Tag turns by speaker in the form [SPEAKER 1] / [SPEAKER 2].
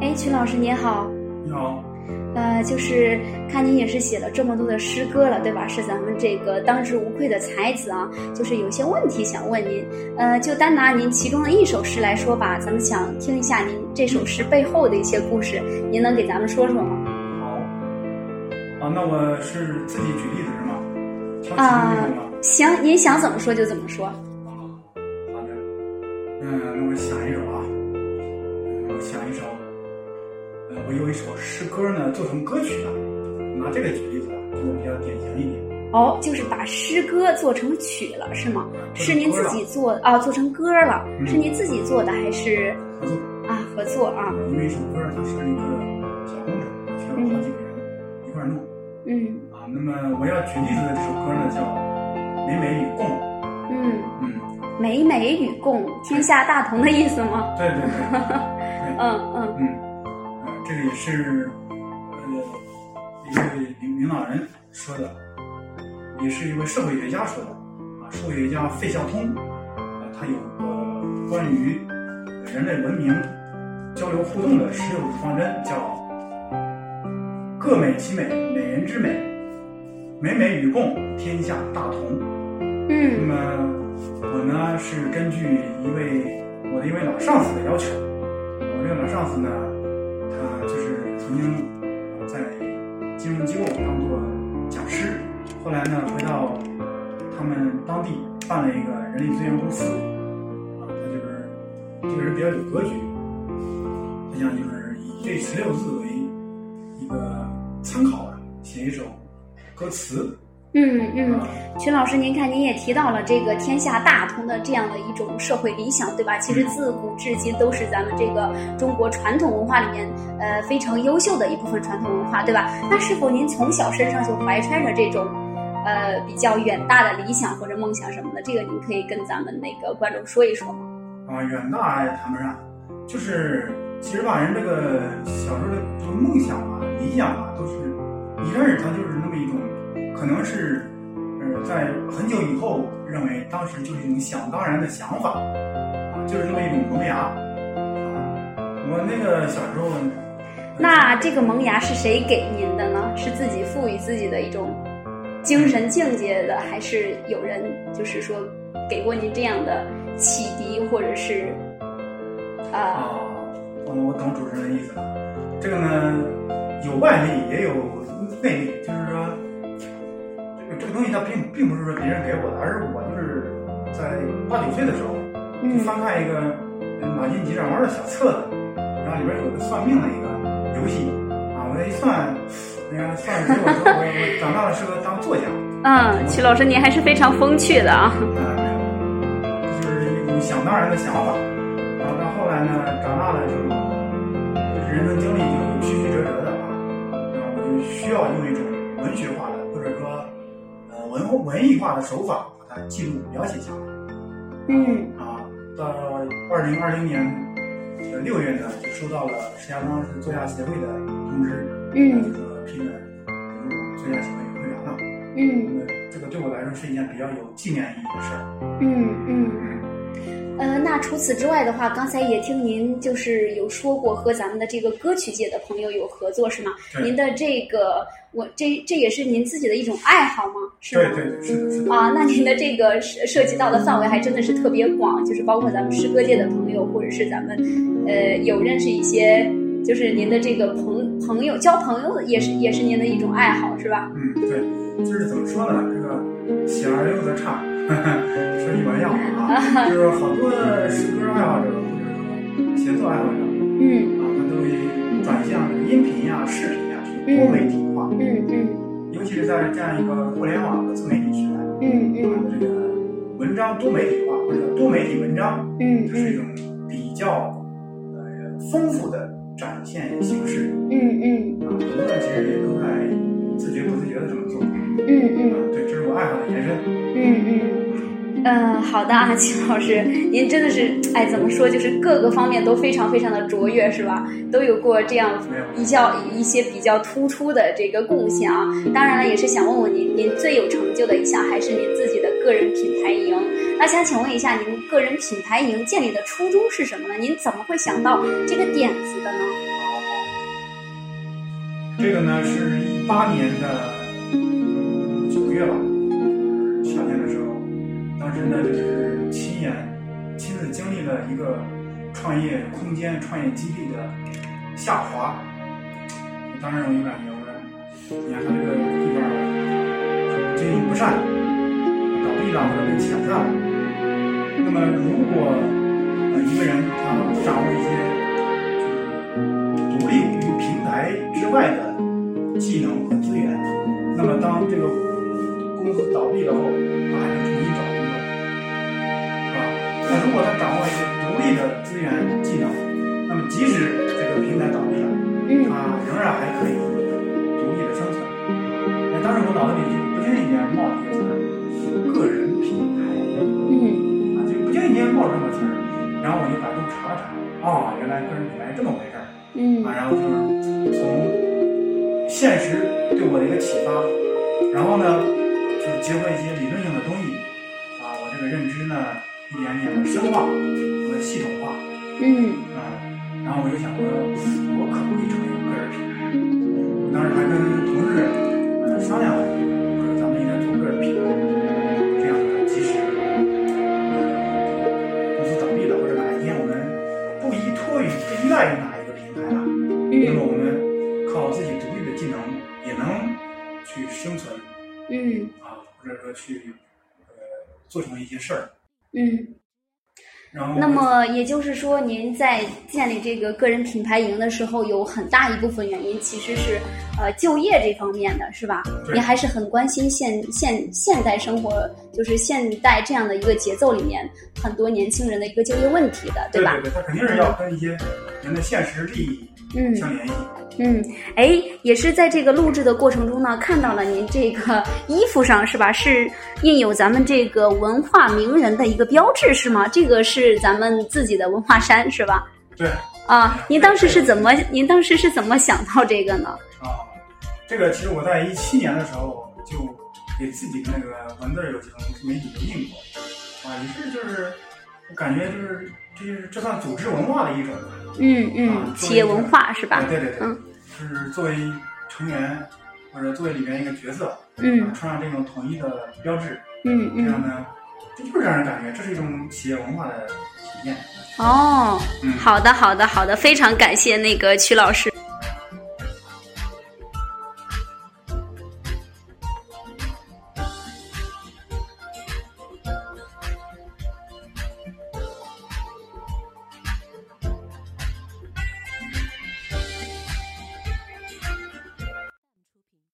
[SPEAKER 1] 哎，曲老师您好，
[SPEAKER 2] 你好，
[SPEAKER 1] 呃，就是看您也是写了这么多的诗歌了，对吧？是咱们这个当之无愧的才子啊。就是有些问题想问您，呃，就单拿您其中的一首诗来说吧，咱们想听一下您这首诗背后的一些故事，您能给咱们说说吗？
[SPEAKER 2] 好，啊，那我是自己举例子是吗？挑题
[SPEAKER 1] 啊
[SPEAKER 2] 目那种吗？
[SPEAKER 1] 行，您想怎么说就怎么说。
[SPEAKER 2] 啊，好的，嗯，那我想一首啊，嗯，我想一首，呃，我有一首诗歌呢，做成歌曲了，拿这个举例子吧，啊就是比较典型一点。啊
[SPEAKER 1] 哦，就是把诗歌做成曲了，是吗？是您自己做啊，做成歌了，
[SPEAKER 2] 嗯
[SPEAKER 1] 是您自己做的还是
[SPEAKER 2] 合作，
[SPEAKER 1] 啊合作啊？
[SPEAKER 2] 因为一首歌它是一个小工程，需要好几个人一块儿弄
[SPEAKER 1] 嗯
[SPEAKER 2] 啊。那么我要举例子的这首歌呢，叫《美美与共》。
[SPEAKER 1] 嗯，
[SPEAKER 2] 嗯，
[SPEAKER 1] 美美与共，天下大同的意思吗？
[SPEAKER 2] 对对对。 对
[SPEAKER 1] 嗯嗯
[SPEAKER 2] 嗯，呃，这个也是呃一位领领导人说的，也是一位社会学家说的啊，社会学家费孝通啊，他有个关于人类文明交流互动的十六个方针，叫各美其美，美人之美，美美与共，天下大同。那
[SPEAKER 1] 嗯
[SPEAKER 2] 么我呢是根据一位我的一位老上司的要求，我这个老上司呢，他就是曾经呃在金融机构当过讲师，后来呢回到他们当地办了一个人力资源公司，啊，他就是这个人比较有格局，他想就是以这十六字为一个参考吧，写一首歌词。
[SPEAKER 1] 嗯嗯，
[SPEAKER 2] 啊
[SPEAKER 1] 曲老师，您看您也提到了这个天下大同的这样的一种社会理想，对吧？其实自古至今都是咱们这个中国传统文化里面呃非常优秀的一部分传统文化，对吧？那是否您从小身上就怀揣着这种呃比较远大的理想或者梦想什么的？这个您可以跟咱们那个观众说一说吗？
[SPEAKER 2] 啊，远大也谈不上，就是其实吧，人这个小时候的这个梦想啊、理想啊，都是一开始他就是那么一种，可能是呃，在很久以后认为当时就是一种想当然的想法啊，就是那么一种萌芽啊。我那个小时候，呃
[SPEAKER 1] 那这个萌芽是谁给您的呢？是自己赋予自己的一种精神境界的，还是有人就是说给过您这样的启迪，或者是
[SPEAKER 2] 啊
[SPEAKER 1] 呃，
[SPEAKER 2] 我我懂主持人的意思了。这个呢，有外力也有内力，就是说，这个这个东西它并并不是说别人给我的，而是我就是在八九岁的时候，就
[SPEAKER 1] 嗯
[SPEAKER 2] 翻看一个呃马金急转弯的小册子，然后里边有个算命的一个游戏啊，我这一算，哎呀，算了之后，我说我我长大了适合当作家。
[SPEAKER 1] 嗯，曲老师您还是非常风趣的啊，
[SPEAKER 2] 呃，就是一种想当然的想法。然后到后来呢，长大了就人生经历就曲曲折折的啊，然后我就需要用一种文学化的或者说呃文化文艺化的手法把它记录描写下来
[SPEAKER 1] 嗯
[SPEAKER 2] 啊。到二零二零年呃六月呢，就收到了石家庄市作家协会的通知，
[SPEAKER 1] 嗯
[SPEAKER 2] 就是说批准给入作家协会会员了。那
[SPEAKER 1] 嗯
[SPEAKER 2] 么这个对我来说是一件比较有纪念意义的事儿。
[SPEAKER 1] 嗯嗯，呃，那除此之外的话，刚才也听您就是有说过和咱们的这个歌曲界的朋友有合作是吗？
[SPEAKER 2] 对
[SPEAKER 1] 您的这个我这这也是您自己的一种爱好吗？是吗？
[SPEAKER 2] 对对对，是的，是的。
[SPEAKER 1] 啊，那您的这个涉涉及到的范围还真的是特别广，就是包括咱们诗歌界的朋友，或者是咱们呃有认识一些，就是您的这个朋朋友交朋友也是也是您的一种爱好，是吧？
[SPEAKER 2] 嗯，对，就是怎么说呢？这个喜而又得差，说句玩笑话啊，就是好多诗歌爱好者或者说写作爱好者
[SPEAKER 1] 嗯
[SPEAKER 2] 啊，他都会转向这个音频呀、视频呀去多媒体化，
[SPEAKER 1] 嗯嗯
[SPEAKER 2] 尤其是在这样一个互联网和自媒体时代，啊，
[SPEAKER 1] 嗯嗯
[SPEAKER 2] 这个文章多媒体化或者多媒体文章，
[SPEAKER 1] 嗯
[SPEAKER 2] 这是
[SPEAKER 1] 嗯
[SPEAKER 2] 一种比较呃丰富的展现形式
[SPEAKER 1] 嗯
[SPEAKER 2] 啊，很多人其实也都在自觉不自觉的这么做。
[SPEAKER 1] 嗯嗯
[SPEAKER 2] 嗯，对，这是我爱好的延伸。
[SPEAKER 1] 嗯嗯，呃，好的啊， 秦老师，您真的是哎，怎么说，就是各个方面都非常非常的卓越，是吧？都有过这样
[SPEAKER 2] 没有
[SPEAKER 1] 比较一些比较突出的这个贡献啊。当然了，也是想问问您，您最有成就的一项还是您自己的个人品牌营。那想请问一下，您个人品牌营建立的初衷是什么呢？您怎么会想到这个点子的呢？
[SPEAKER 2] 啊，这个呢是一八年的九月吧，夏天的时候，当时呢就是亲眼亲自经历了一个创业空间、创业基地的下滑。当时我就感觉，我说，你看他这个地方经营不善，倒闭了或者被遣散了。那么如果呃一个人他能掌握一些就是独立于平台之外的技能和资源，那么当这个公司倒闭了后，他还能重新找工作，是吧？那如果他掌握一些独立的资源技能，那么即使这个平台倒闭了，
[SPEAKER 1] 嗯
[SPEAKER 2] 他仍然还可以独立的生存。那当时我脑子里就不经意间冒了一个词儿，个人品牌。
[SPEAKER 1] 嗯
[SPEAKER 2] 啊，就不经意间冒出这个词儿，然后我就百度查了查，哦，原来个人品牌这么回事儿
[SPEAKER 1] 嗯
[SPEAKER 2] 啊，然后就是从现实对我的一个启发，然后呢，就是结合一些理论性的东西，把我这个认知呢一点点的深化和系统化
[SPEAKER 1] 嗯
[SPEAKER 2] 啊，然后我就想说，我可不可以成立一个个人品牌？我当时还跟同事呃商量了，我说咱们应该做个人品牌，这样呢，即使呃公司倒闭了，或者哪一天我们不依托于不依赖于哪一个平台了，那么
[SPEAKER 1] 嗯
[SPEAKER 2] 我们靠自己独立的技能也能去生存
[SPEAKER 1] 嗯
[SPEAKER 2] 啊，或者说去呃做成一些事儿。
[SPEAKER 1] 嗯。
[SPEAKER 2] 然后
[SPEAKER 1] 那么也就是说，您在建立这个个人品牌营的时候，有很大一部分原因其实是呃就业这方面的是吧？
[SPEAKER 2] 对
[SPEAKER 1] 您还是很关心现现现代生活，就是现代这样的一个节奏里面，很多年轻人的一个就业问题的，
[SPEAKER 2] 对
[SPEAKER 1] 吧？
[SPEAKER 2] 对，它肯定是要跟一些人的现实利益
[SPEAKER 1] 嗯
[SPEAKER 2] 相联系。
[SPEAKER 1] 嗯，哎，也是在这个录制的过程中呢，看到了您这个衣服上是吧，是印有咱们这个文化名人的一个标志是吗？这个是咱们自己的文化衫是吧？
[SPEAKER 2] 对。
[SPEAKER 1] 啊，您当时是怎么？您当时是怎么想到这个呢？
[SPEAKER 2] 啊，这个其实我在一七年的时候就给自己的那个文字友情媒体就印过，啊，也是就是我感觉就是这就是这算组织文化的一种吧，
[SPEAKER 1] 嗯嗯，
[SPEAKER 2] 啊
[SPEAKER 1] 企业文化是吧
[SPEAKER 2] 哎？对对对，
[SPEAKER 1] 嗯
[SPEAKER 2] 就是作为成员或者作为里边一个角色，
[SPEAKER 1] 嗯
[SPEAKER 2] 啊穿上这种统一的标志，
[SPEAKER 1] 嗯
[SPEAKER 2] 这样
[SPEAKER 1] 嗯，
[SPEAKER 2] 呢，这就是让人感觉这是一种企业文化的体验。
[SPEAKER 1] 哦，
[SPEAKER 2] 嗯，
[SPEAKER 1] 好的好的好的，非常感谢那个曲老师。